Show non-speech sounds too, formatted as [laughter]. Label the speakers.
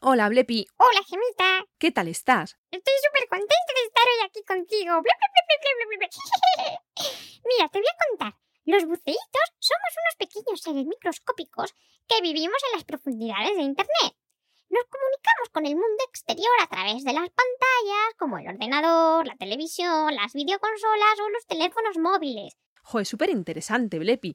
Speaker 1: Hola, Blepi.
Speaker 2: Hola, gemita.
Speaker 1: ¿Qué tal estás?
Speaker 2: Estoy súper contenta de estar hoy aquí contigo. Bla, bla, bla, bla, bla, bla, bla. [laughs] Mira, te voy a contar. Los buceitos somos unos pequeños seres microscópicos que vivimos en las profundidades de Internet. Nos comunicamos con el mundo exterior a través de las pantallas, como el ordenador, la televisión, las videoconsolas o los teléfonos móviles.
Speaker 1: Jo, es súper interesante, Blepi.